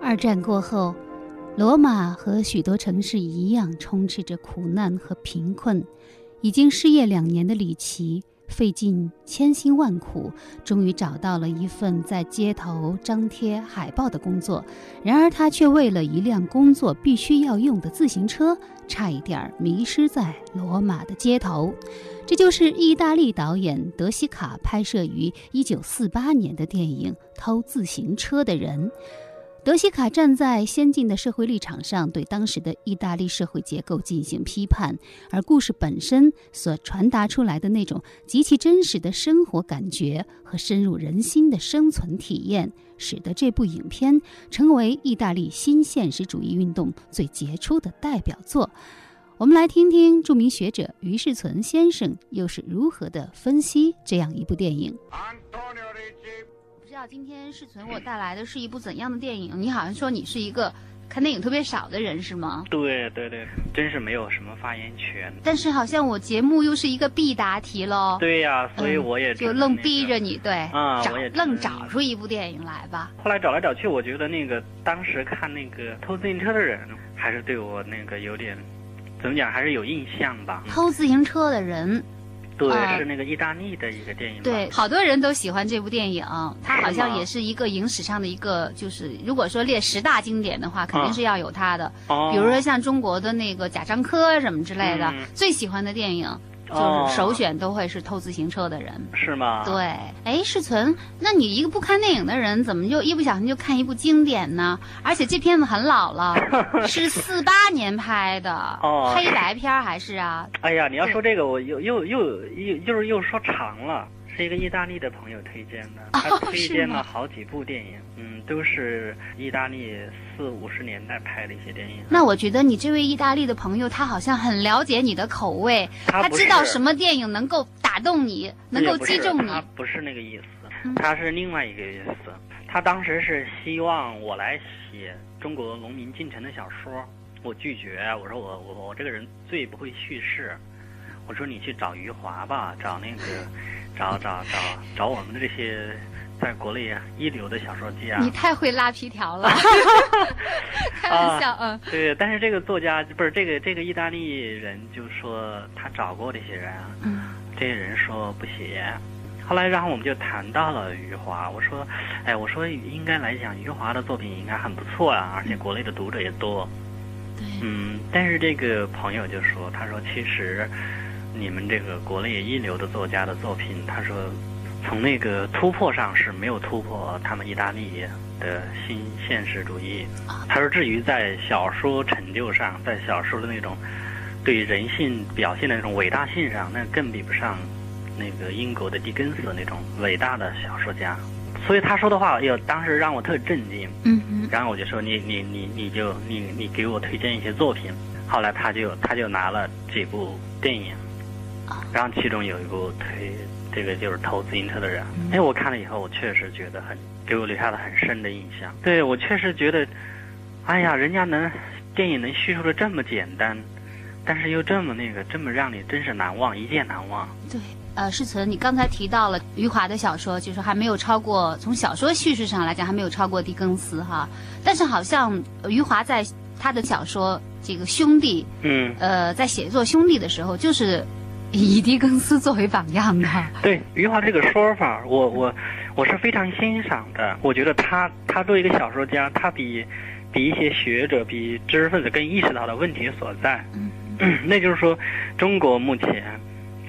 二战过后，罗马和许多城市一样，充斥着苦难和贫困。已经失业两年的里奇，费尽千辛万苦，终于找到了一份在街头张贴海报的工作。然而，他却为了一辆工作必须要用的自行车，差一点儿迷失在罗马的街头。这就是意大利导演德西卡拍摄于1948年的电影《偷自行车的人》。德西卡站在先进的社会立场上，对当时的意大利社会结构进行批判，而故事本身所传达出来的那种极其真实的生活感觉和深入人心的生存体验，使得这部影片成为意大利新现实主义运动最杰出的代表作。我们来听听著名学者于世存先生又是如何的分析这样一部电影。不知道今天世存我带来的是一部怎样的电影？你好像说你是一个看电影特别少的人是吗？对对对，真是没有什么发言权。但是好像我节目又是一个必答题喽。对呀、所以我也、哦嗯就愣逼着。你对，啊找我也愣找嗯出一部电影来吧。后来找来找去，我觉得那个当时看那个偷自行车的人，还是对我那个有点，怎么讲，还是有印象吧。偷自行车的人，对，啊是那个意大利的一个电影吧。对，好多人都喜欢这部电影，啊它好是像吗也是一个影史上的一个，就是如果说列十大经典的话，肯定啊是要有它的。哦，比如说像中国的那个贾樟柯什么之类的，嗯最喜欢的电影就哦是首选都会是偷自行车的人。是吗？对，哎，世存，那你一个不看电影的人，怎么就一不小心就看一部经典呢？而且这片子很老 了，是四八年拍的，哦黑白片儿还是啊？哎呀，你要说这个，我又又又又就是又说长了。是一个意大利的朋友推荐的，他推荐哦是吗了好几部电影，嗯，都是意大利四五十年代拍的一些电影。那我觉得你这位意大利的朋友，他好像很了解你的口味，他他不知道是什么电影能够打动你，能够也不击是中你他。不是那个意思嗯，他是另外一个意思。他当时是希望我来写中国农民进城的小说，我拒绝，我说我我我这个人最不会叙事，我说你去找余华吧，找那个，找找找找我们的这些在国内一流的小说家。你太会拉皮条 了，开玩笑，嗯，对，但是这个作家不是这个这个意大利人，就说他找过这些人啊，嗯这些人说不写。后来，然后我们就谈到了余华，我说，哎，我说应该来讲，余华的作品应该很不错啊，而且国内的读者也多。对，嗯，但是这个朋友就说，他说其实你们这个国内一流的作家的作品，他说从那个突破上是没有突破他们意大利的新现实主义。他说至于在小说成就上，在小说的那种对人性表现的那种伟大性上，那更比不上那个英国的狄更斯那种伟大的小说家。所以他说的话，也当时让我特震惊。嗯哼，然后我就说你你你你就你你给我推荐一些作品。后来他就他就拿了几部电影啊，然后其中有一部推这个就是偷自行车的人嗯，哎，我看了以后我确实觉得很给我留下了很深的印象。对我确实觉得，哎呀，人家能电影能叙述的这么简单，但是又这么那个这么让你真是难忘，一见难忘。对。呃，世存，你刚才提到了余华的小说，就是还没有超过从小说叙事上来讲，还没有超过狄更斯哈。但是好像呃余华在他的小说这个兄弟，嗯，呃，在写作兄弟的时候，就是以狄更斯作为榜样啊的。对余华这个说法，我我我是非常欣赏的。我觉得他他作为一个小说家，他比比一些学者、比知识分子更意识到了问题所在。嗯 那就是说，中国目前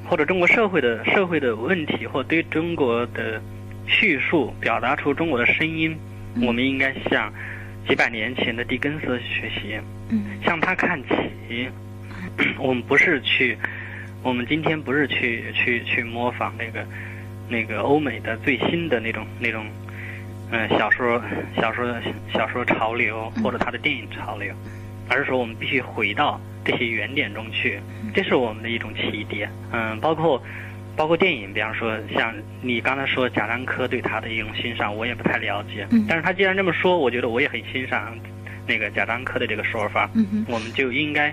或者中国社会的社会的问题，或对中国的叙述，表达出中国的声音，嗯我们应该向几百年前的狄更斯学习。嗯向他看齐。 我们不是去，我们今天不是去去去模仿那个那个欧美的最新的那种那种，嗯、小说小说小说潮流或者他的电影潮流，而是说我们必须回到这些原点中去，这是我们的一种起点。嗯，包括。包括电影，比方说像你刚才说贾樟柯对他的一种欣赏，我也不太了解。嗯但是他既然这么说，我觉得我也很欣赏那个贾樟柯的这个说法。嗯哼。我们就应该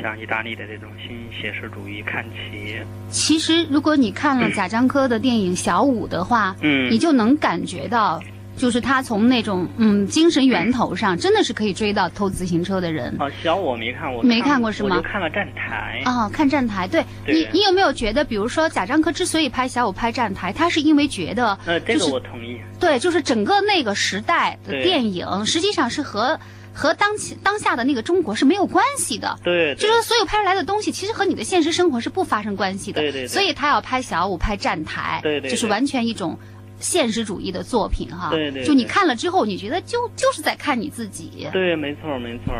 向意大利的这种新写实主义看齐。其实，如果你看了贾樟柯的电影《小五》的话，嗯你就能感觉到就是他从那种嗯精神源头上，真的是可以追到偷自行车的人。啊，小我没看，我没看过是吗我就看了站台。哦，看站台，对对你，你有没有觉得，比如说贾樟柯之所以拍《小五》拍站台，他是因为觉得呃，这就个是我同意。对，就是整个那个时代的对电影，实际上是和和当期当下的那个中国是没有关系的。对，就对是说所有拍出来的东西，其实和你的现实生活是不发生关系的。对对对所以他要拍小五，拍站台，对对对就是完全一种现实主义的作品哈。对对对就你看了之后，你觉得就就是在看你自己。对，没错没错。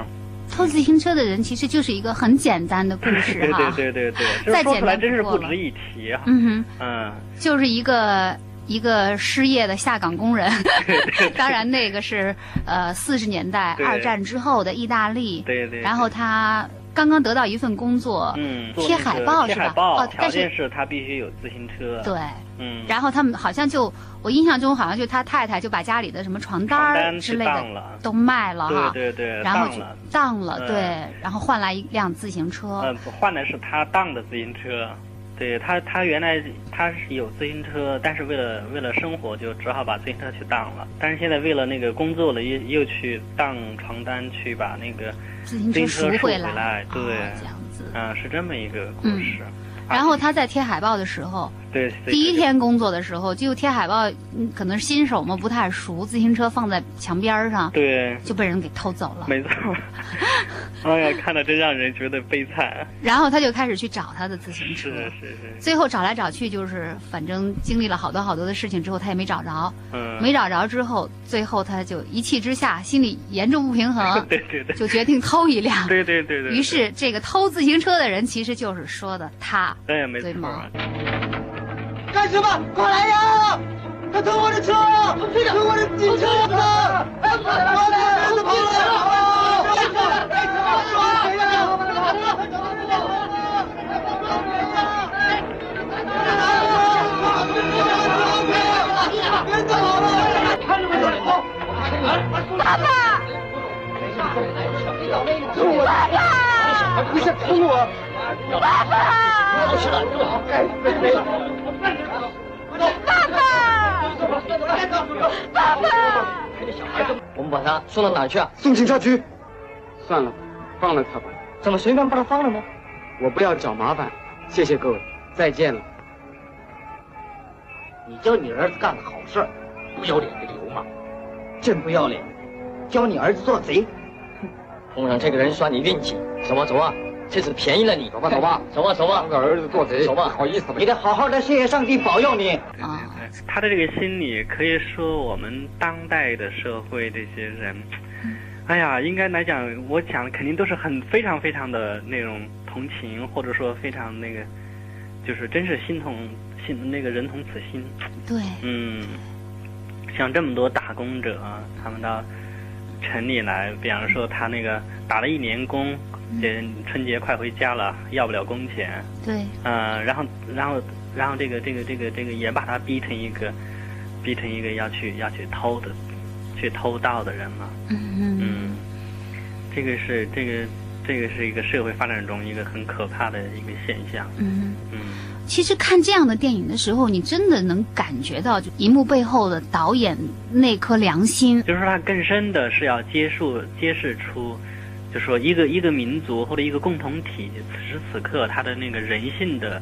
偷自行车的人其实就是一个很简单的故对事哈。对 对对对，就再是说简出来单真是不不过了值一提哈。嗯嗯，哼，就是一个。一个失业的下岗工人， 当然那个是呃四十年代对二战之后的意大利，对对。然后他刚刚得到一份工作，嗯，做贴那海个报贴是海吧报哦但条是件是他必须有自行车。，对，嗯，然后他们好像就，我印象中好像就他太太就把家里的什么床单床儿单之去类的当了，都卖了哈，对对对，然后当就了。当了，嗯对，然后换来一辆自行车，嗯，换的是他当的自行车。对他，他原来他是有自行车，但是为了为了生活，就只好把自行车去当了。但是现在为了那个工作了，又又去当床单，去把那个，自行车自行赎车赎回回来对哦这样子。嗯、是这么一个故嗯事。啊然后他在贴海报的时候，对，对第一，天工作的时候，就贴海报，嗯可能是新手嘛，不太熟，自行车放在墙边儿上，对，就被人给偷走了。没错。哎呀，看了真让人觉得悲惨。然后他就开始去找他的自行车，是是是，最后找来找去，就是反正经历了好多好多的事情之后，他也没找着。嗯，没找着之后，最后他就一气之下，心里严重不平衡， 对对对就决定偷一辆。对对对对。于是，这个偷自行车的人其实就是说的他。对，没对错吗啊。干什么？过来呀！他偷我的车呀！偷我的自行车呀！我的儿子跑了！爸爸！不是偷我！爸爸！不是，哎，没没。爸爸！爸爸！我们把他送到哪儿去啊？送警察局，算了吧，放了他吧，怎么随便把他放了呢？我不要找麻烦，谢谢各位，再见了。你教你儿子干个好事儿，不要脸的流氓，真不要脸！教你儿子做贼，碰上这个人算你运气。走啊吧走吧，这次便宜了你。走吧走吧， 走啊吧走吧，个儿子做贼走吧，不好意思吧你得好好的谢谢上帝保佑你。啊、他的这个心理，可以说我们当代的社会这些人，哎呀，应该来讲，我想肯定都是很非常非常的那种同情，或者说非常那个，就是真是心同心那个人同此心。啊对，嗯，像这么多打工者，啊他们到城里来，比方说他那个打了一年工，这春节快回家了，要不了工钱，对，嗯，然后然后然后这个这个这个这个也把他逼成一个，逼成一个要去要去偷的，去偷盗的人嘛。嗯嗯，这个是这个这个是一个社会发展中一个很可怕的一个现象。嗯。嗯，其实看这样的电影的时候，你真的能感觉到，就荧幕背后的导演那颗良心。就是说它更深的是要揭示揭示出。就说一个一个民族或者一个共同体，此时此刻它的那个人性的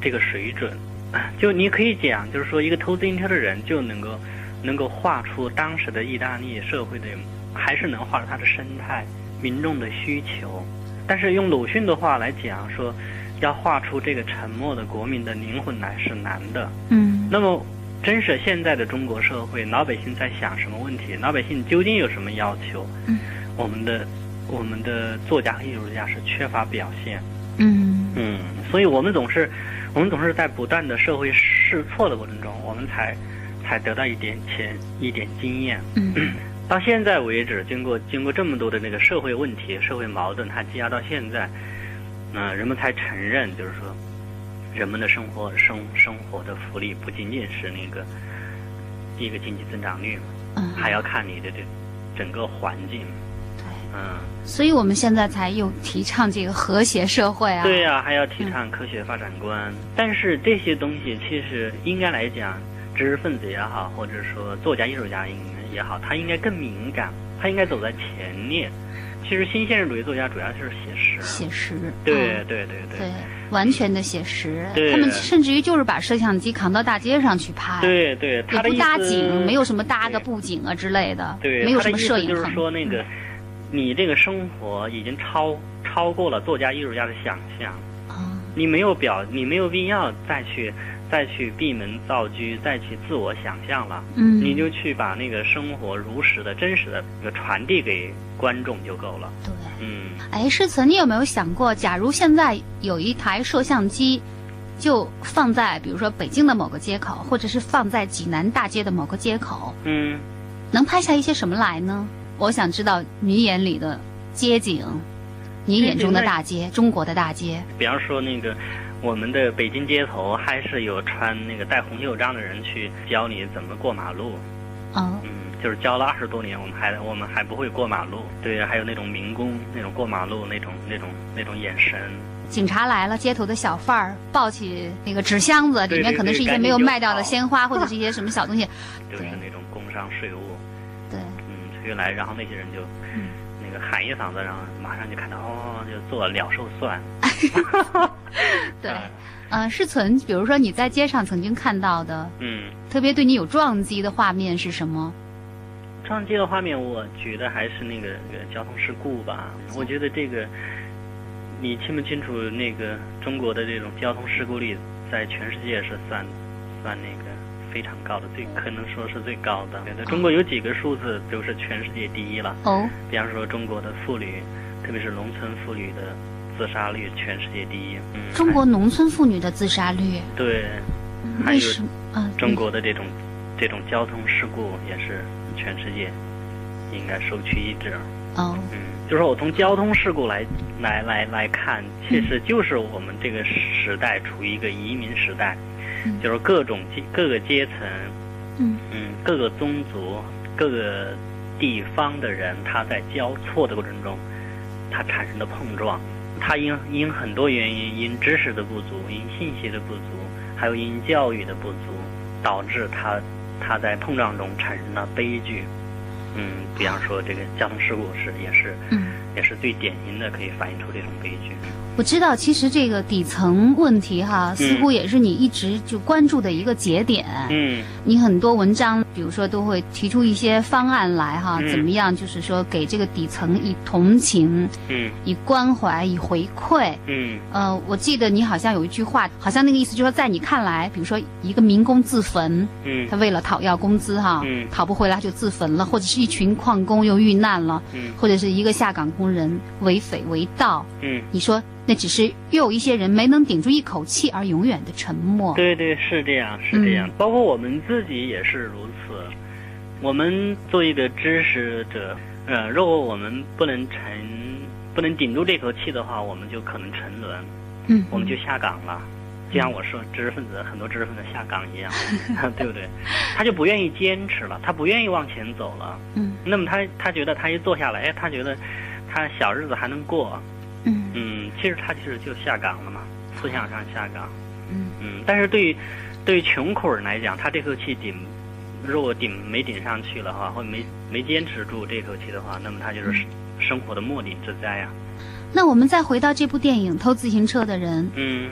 这个水准， 就你可以讲，就是说一个偷自行车的人就能够能够画出当时的意大利社会的，还是能画出它的生态、民众的需求。但是用鲁迅的话来讲，说要画出这个沉默的国民的灵魂来是难的。嗯那么，真是现在的中国社会，老百姓在想什么问题？老百姓究竟有什么要求？嗯我们的我们的作家和艺术家是缺乏表现。嗯嗯，所以我们总是我们总是在不断的社会试错的过程中，我们才才得到一点钱一点经验。嗯到现在为止，经过经过这么多的那个社会问题、社会矛盾，它积压到现在，嗯、人们才承认，就是说，人们的生活生生活的福利不仅仅是那个第一个经济增长率嘛，嗯，还要看你的这整个环境。对嗯，所以我们现在才又提倡这个和谐社会啊。嗯对呀、还要提倡科学发展观。但是这些东西其实应该来讲，知识分子也好，或者说作家、艺术家应也好，他应该更敏感，他应该走在前列。其实新现实主义作家主要就是写实，写实，对嗯对对对，完全的写实。对他们甚至于就是把摄像机扛到大街上去拍，对对，也他的不意搭思景，没有什么搭个对布景啊之类的，对，没有他什的么意摄思影就是棚说那个，你这个生活已经超超过了作家艺术家的想象，啊，你没有表，你没有必要再去再去闭门造车，再去自我想象了，嗯，你就去把那个生活如实的、真实的这个传递给观众就够了。对。嗯，哎，诗词，你有没有想过，假如现在有一台摄像机，就放在比如说北京的某个街口，或者是放在济南大街的某个街口，嗯，能拍下一些什么来呢？我想知道你眼里的街景，你眼中的大街，中国的大街，比方说那个。我们的北京街头还是有穿那个带红袖章的人去教你怎么过马路，嗯，嗯，就是教了二十多年，我们还我们还不会过马路。对，还有那种民工那种过马路那种那种那种眼神，警察来了，街头的小贩儿抱起那个纸箱子，里对面对可能对是一些赶紧没有就卖掉的跑鲜 花，或者是一些什么小东西，就是对那种工商税务，对，嗯，推来，然后那些人就、嗯那个喊一嗓子，然后马上就看到哦，就做了寿算。对嗯，呃，是存，比如说你在街上曾经看到的，嗯，特别对你有撞击的画面是什么？撞击的画面，我觉得还是那个那个交通事故吧。我觉得这个，你清不清楚那个中国的这种交通事故率，在全世界是算算那个非常高的，最可能说是最高的。觉得中国有几个数字就是全世界第一了，哦，比方说中国的妇女，特别是农村妇女的自杀率全世界第一。嗯，中国农村妇女的自杀率，还对还为有什么啊？中国的这种这种交通事故也是全世界应该首屈一指。哦，嗯，就是我从交通事故来来来来看，嗯其实就是我们这个时代处于一个移民时代，嗯就是各种阶各个阶层，嗯嗯，各个宗族、各个地方的人，他在交错的过程中，他产生的碰撞，他因因很多原因，因知识的不足，因信息的不足，还有因教育的不足，导致他他在碰撞中产生了悲剧。嗯，比方说这个交通事故是也是嗯，也是最典型的，可以反映出这种悲剧。我知道，其实这个底层问题哈，似乎也是你一直就关注的一个节点。嗯你很多文章，比如说都会提出一些方案来哈，嗯怎么样？就是说给这个底层以同情、嗯以关怀、以回馈。嗯呃，我记得你好像有一句话，好像那个意思就是说，在你看来，比如说一个民工自焚，嗯他为了讨要工资哈，嗯讨不回来就自焚了，或者是一群矿工又遇难了，嗯或者是一个下岗工人为匪为盗，嗯，你说那只是又有一些人没能顶住一口气而永远的沉默。对对，是这样是这样，包括我们自己也是如此。我们做一个知识者，呃，如果我们不能沉，不能顶住这口气的话，我们就可能沉沦，嗯，我们就下岗了。就像我说，知识分子很多知识分子下岗一样，对不对？他就不愿意坚持了，他不愿意往前走了。嗯那么他他觉得他一坐下来，哎，他觉得他小日子还能过，嗯嗯，其实他其实就下岗了嘛，思想上下岗，嗯嗯，但是对于对于穷苦人来讲，他这口气顶，如果顶没顶上去的话，或没没坚持住这口气的话，那么他就是生活的末顶之灾呀、那我们再回到这部电影《偷自行车的人》，嗯，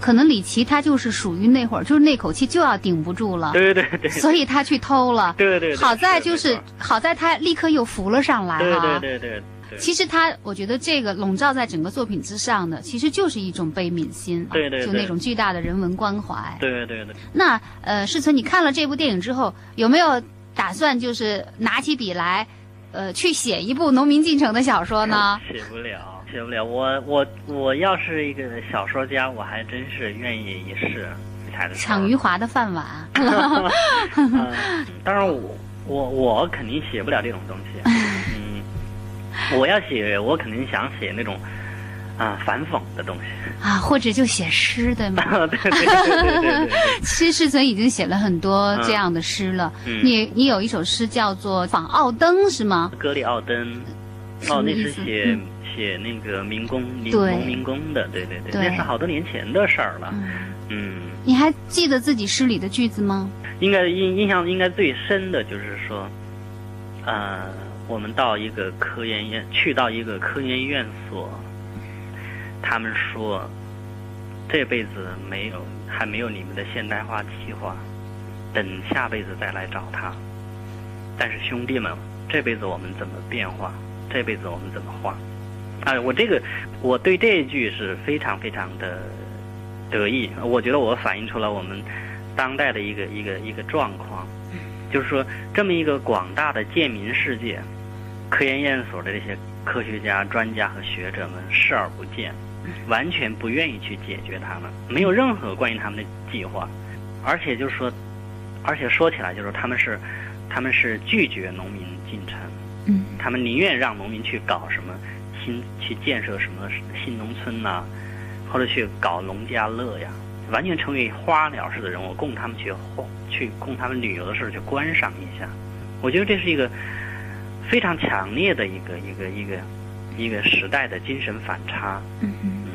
可能李琦他就是属于那会儿，就是那口气就要顶不住了，对对对，所以他去偷了。对对对，好在就没是错好在他立刻又浮了上来对哈、对对对对，啊其实他，我觉得这个笼罩在整个作品之上的，其实就是一种悲悯心，啊对对对就那种巨大的人文关怀。对对对，那呃，世存，你看了这部电影之后，有没有打算就是拿起笔来，呃，去写一部农民进城的小说呢？写不了，写不了。我我我要是一个小说家，我还真是愿意一试。才的事儿抢余华的饭碗， 嗯，当然我我我肯定写不了这种东西。嗯，我要写，我肯定想写那种啊、反讽的东西。 啊，或者就写诗，对吗？对对对对对对， 其实世存已经写了很多这样的诗了。嗯你你有一首诗叫做《访奥登》，是吗？格里奥登，哦，那是写写那个民工民嗯对农民工的，对对对，对那是好多年前的事儿了。嗯，嗯，你还记得自己诗里的句子吗？应该印印象应该最深的就是说，呃，我们到一个科研院，去到一个科研院所，他们说这辈子没有还没有你们的现代化计划，等下辈子再来找他。但是兄弟们，这辈子我们怎么变化？这辈子我们怎么画？哎，我这个我对这一句是非常非常的得意，我觉得我反映出了我们当代的一个一个一个状况，就是说这么一个广大的建民世界，科研院所的这些科学家、专家和学者们视而不见，完全不愿意去解决他们，没有任何关于他们的计划，而且就是说，而且说起来就是他们是他们是拒绝农民进城。嗯他们宁愿让农民去搞什么新去建设什么新农村呐、或者去搞农家乐呀，完全成为花鸟式的人物，供他们去花去供他们旅游的时候去观赏一下。我觉得这是一个非常强烈的一个一个一个一个时代的精神反差。嗯嗯嗯，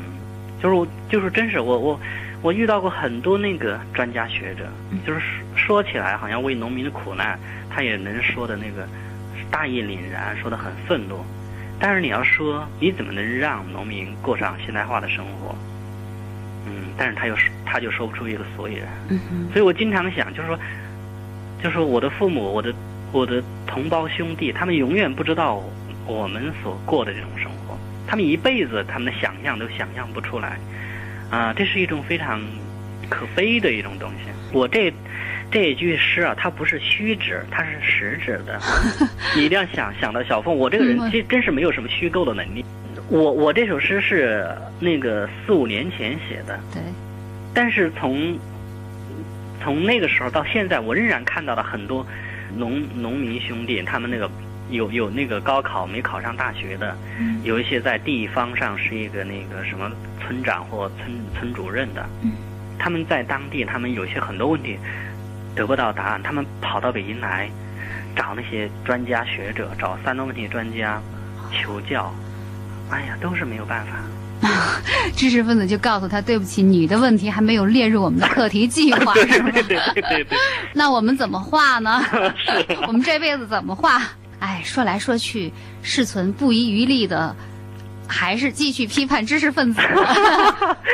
就是我就是真是我我我遇到过很多那个专家学者，就是说说起来好像为农民的苦难，他也能说的那个大义凛然，说的很愤怒。但是你要说你怎么能让农民过上现代化的生活，嗯，但是他又说他就说不出一个所以然。嗯嗯所以我经常想，就是说，就是说我的父母，我的我的同胞兄弟，他们永远不知道我们所过的这种生活，他们一辈子他们的想象都想象不出来，啊、这是一种非常可悲的一种东西。我这这一句诗啊，它不是虚指，它是实指 的。你一定要想想到小凤，我这个人嗯我其实真是没有什么虚构的能力。我我这首诗是那个四五年前写的，对，但是从从那个时候到现在，我仍然看到了很多农农民兄弟，他们那个有有那个高考没考上大学的，有一些在地方上是一个那个什么村长或村村主任的，他们在当地，他们有些很多问题得不到答案，他们跑到北京来找那些专家学者，找三多问题专家求教，哎呀，都是没有办法。知识分子就告诉他，对不起，你的问题还没有列入我们的课题计 划。对对对对对对。那我们怎么画呢？ 啊我们这辈子怎么画？哎，说来说去，世存不遗余力的，还是继续批判知识 分子。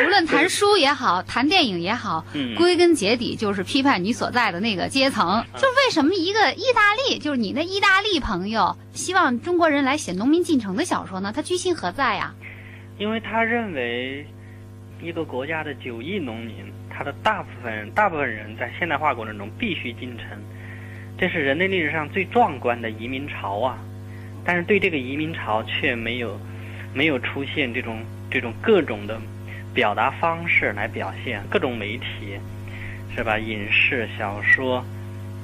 无论谈书也好，谈电影也好，嗯归根结底就是批判你所在的那个阶层。就为什么一个意大利，就是你那意大利朋友，希望中国人来写农民进城的小说呢？他居心何在啊呀？因为他认为一个国家的九亿农民，他的大部分人大部分人在现代化过程中必须进城，这是人类历史上最壮观的移民潮啊！但是对这个移民潮却没有没有出现这种这种各种的表达方式来表现，各种媒体是吧？影视、小说，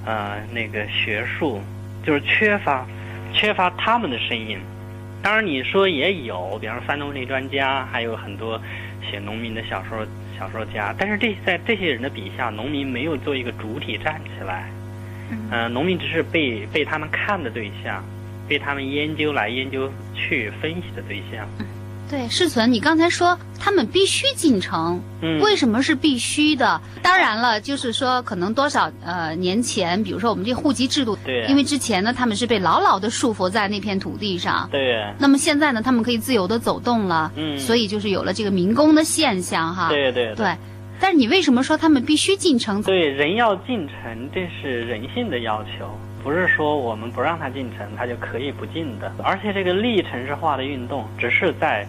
呃，那个学术，就是缺乏缺乏他们的声音。当然，你说也有，比方说山东问题专家，还有很多写农民的小说小说家。但是这在这些人的笔下，农民没有做一个主体站起来，嗯呃，农民只是被被他们看的对象，被他们研究来研究去分析的对象。对，哎世存，你刚才说他们必须进城，嗯，为什么是必须的？当然了，就是说，可能多少呃年前，比如说我们这户籍制度，对啊因为之前呢，他们是被牢牢的束缚在那片土地上。对那么现在呢，他们可以自由的走动了，嗯所以啊就是有了这个民工的现象哈。对对对对但是你为什么说他们必须进城？对，人要进城，这是人性的要求，不是说我们不让他进城，他就可以不进的。而且这个逆城市化的运动，只是在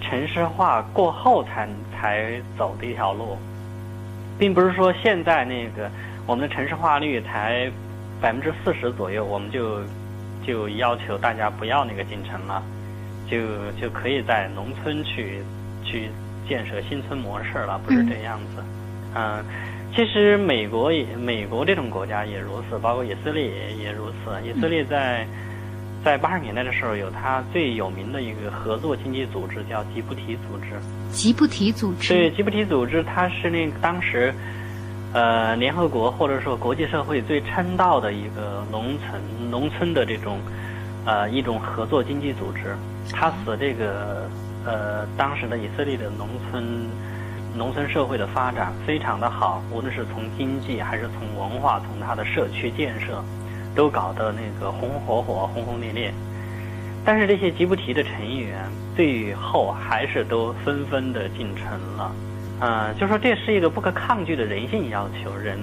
城市化过后才才走的一条路，并不是说现在那个我们的城市化率才百分之四十左右，我们就就要求大家不要那个进城了，就就可以在农村去去建设新村模式了，不是这样子。嗯，其实美国也，美国这种国家也如此，包括以色列也也如此。以色列在在八十年代的时候，有它最有名的一个合作经济组织，叫吉布提组织。吉布提组对，织，吉布提组织它是那个当时，呃，联合国或者说国际社会最称道的一个农村农村的这种，呃，一种合作经济组织。它使这个呃当时的以色列的农村农村社会的发展非常的好，无论是从经济还是从文化，从它的社区建设，都搞得那个红红火火、轰轰烈烈。但是这些吉布提的成员最后还是都纷纷的进城了，呃，就说这是一个不可抗拒的人性要求，人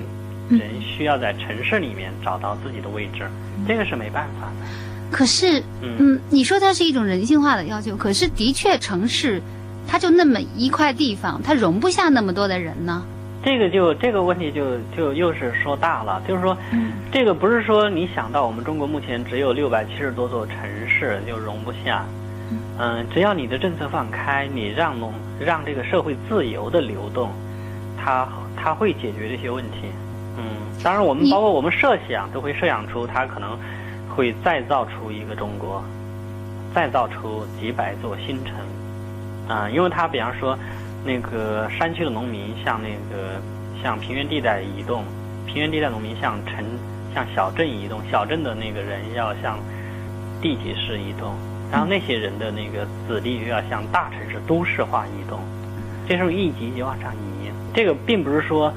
嗯人需要在城市里面找到自己的位置，这个是没办法的。可是，嗯，嗯，你说它是一种人性化的要求，可是的确城市，它就那么一块地方，它容不下那么多的人呢。这个就这个问题就就又是说大了，就是说，这个不是说你想到我们中国目前只有六百七十多座城市就容不下，嗯、只要你的政策放开，你让农让这个社会自由的流动，它它会解决这些问题。嗯，当然我们你包括我们设想都会设想出它可能会再造出一个中国，再造出几百座新城，啊、因为它比方说那个山区的农民向那个向平原地带移动，平原地带农民向城向小镇移动，小镇的那个人要向地级市移动，然后那些人的那个子弟又要向大城市都市化移动，这时候一级就往上移。这个并不是说，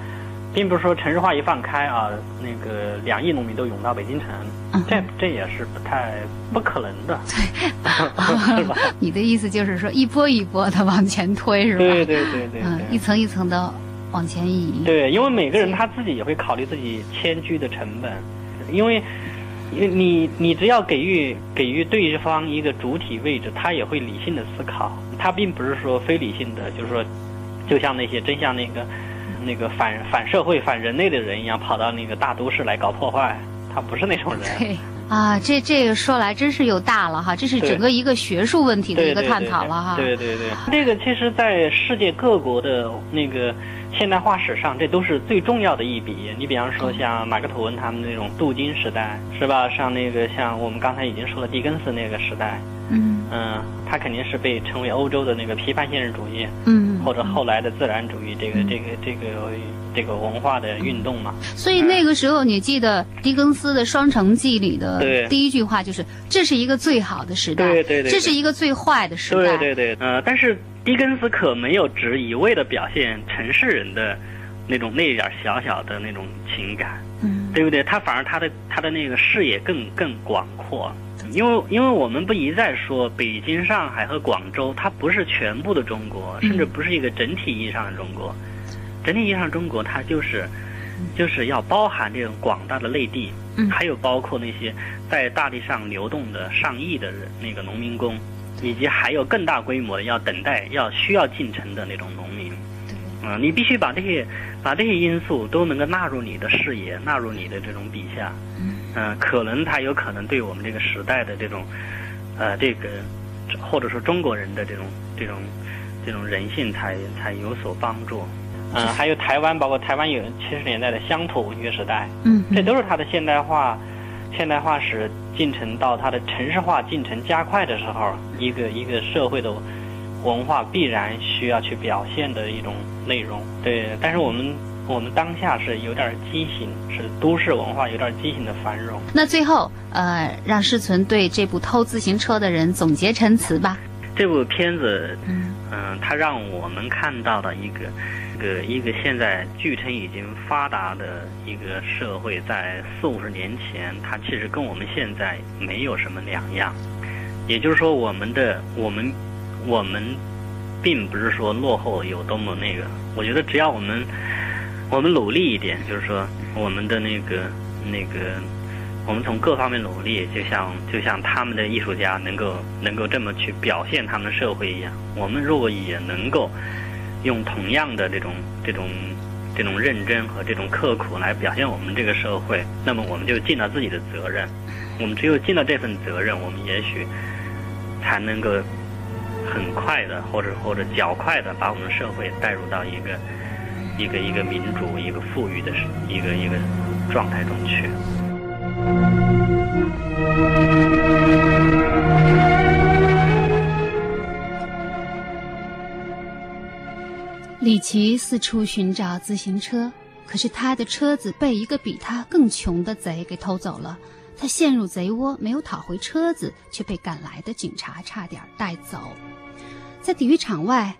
并不是说城市化一放开啊，那个两亿农民都涌到北京城，嗯这这也是不太不可能的，是吧？ 你的意思就是说，一波一波的往前推，是吧？对对对对嗯，对一。层一层的往前移。对，因为每个人他自己也会考虑自己迁居的成本，因为，因为你你只要给予给予对方一个主体位置，他也会理性的思考，他并不是说非理性的，就是说，就像那些真像那个那个反反社会反人类的人一样，跑到那个大都市来搞破坏，他不是那种人。对啊，这这个说来真是又大了哈，这是对整个一个学术问题的对一个对探对讨了哈。对对对，这个其实，在世界各国的那个现代化史上，这都是最重要的一笔。你比方说像嗯马克吐温他们那种镀金时代，是吧？像那个像我们刚才已经说了狄更斯那个时代，嗯嗯，他肯定是被称为欧洲的那个批判现实主义，嗯或者后来的自然主义这个嗯这个这个这个文化的运动嘛。所以那个时候，你记得狄更斯的《双城记》里的对第一句话就是：“这是一个最好的时代，对对对这是一个最坏的时代。对对对，呃，但是狄更斯可没有只一味的表现城市人的那种那点儿小小的那种情感，嗯对不对？他反而他的他的那个视野更更广阔，因为因为我们不一再说北京、上海和广州，它不是全部的中国，甚至不是一个整体意义上的中国。整体意义上的中国，它就是就是要包含这种广大的内地，嗯还有包括那些在大地上流动的上亿的人那个农民工，以及还有更大规模的要等待、要需要进城的那种农民。嗯、你必须把这些把这些因素都能够纳入你的视野，纳入你的这种笔下。嗯、可能它有可能对我们这个时代的这种，呃，这个或者说中国人的这种这种这种人性才才有所帮助。嗯、还有台湾，包括台湾有七十年代的乡土文学时代，嗯，这都是它的现代化，现代化史进程到它的城市化进程加快的时候，一个一个社会的文化必然需要去表现的一种内容。对，但是我们我们当下是有点畸形，是都市文化有点畸形的繁荣。那最后，呃，让世存对这部偷自行车的人总结陈词吧。这部片子，嗯嗯、它让我们看到了一个，一个一个现在据称已经发达的一个社会，在四五十年前，它其实跟我们现在没有什么两样。也就是说，我们的我们我们，并不是说落后有多么那个。我觉得只要我们我们努力一点，就是说我们的那个那个我们从各方面努力，就像就像他们的艺术家能够能够这么去表现他们社会一样，我们如果也能够用同样的这种这种这种认真和这种刻苦来表现我们这个社会，那么我们就尽了自己的责任。我们只有尽了这份责任，我们也许才能够很快的或者或者较快的把我们社会带入到一个一个一个民主、一个富裕的时一个一个状态中去。李奇四处寻找自行车，可是他的车子被一个比他更穷的贼给偷走了。他陷入贼窝，没有讨回车子，却被赶来的警察差点带走。在体育场外，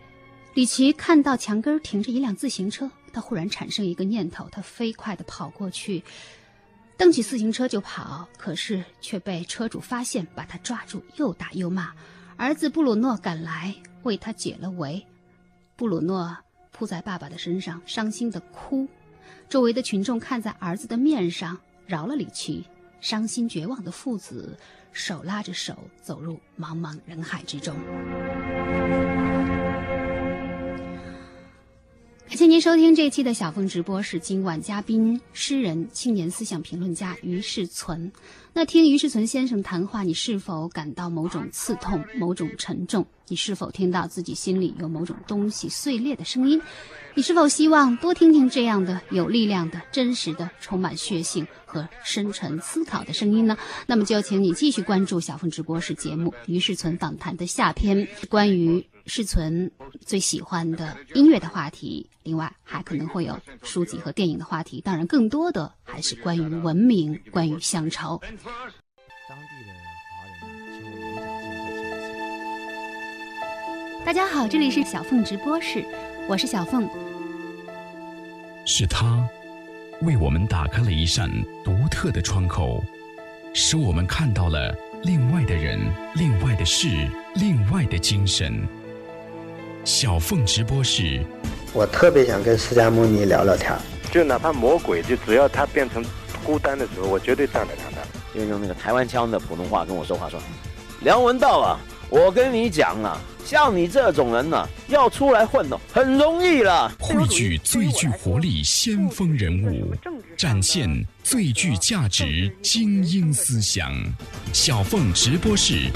李奇看到墙根儿停着一辆自行车，他忽然产生一个念头，他飞快地跑过去，蹬起自行车就跑，可是却被车主发现，把他抓住，又打又骂。儿子布鲁诺赶来为他解了围，布鲁诺扑在爸爸的身上，伤心地哭。周围的群众看在儿子的面上，饶了李奇。伤心绝望的父子手拉着手走入茫茫人海之中。感谢您收听这一期的小凤直播室，今晚嘉宾诗人、青年思想评论家于世存。那听于世存先生谈话，你是否感到某种刺痛、某种沉重？你是否听到自己心里有某种东西碎裂的声音？你是否希望多听听这样的有力量的、真实的、充满血性和深沉思考的声音呢？那么就请你继续关注小凤直播室节目《于世存访谈》的下篇，关于世存最喜欢的音乐的话题，另外还可能会有书籍和电影的话题，当然更多的还是关于文明、关于乡愁。当地的华人呢，听我演讲之后再接一次。大家好，这里是小凤直播室，我是小凤。是他为我们打开了一扇独特的窗口，使我们看到了另外的人、另外的事、另外的精神。小凤直播室，我特别想跟释迦牟尼聊聊天儿。就哪怕魔鬼，就只要他变成孤单的时候，我绝对站在他那儿。因为用那个台湾腔的普通话跟我说话说：“梁文道啊，我跟你讲啊，像你这种人呐、要出来混的很容易啦。”汇聚最具活力先锋人物，展现最具价值精英思想。小凤直播室，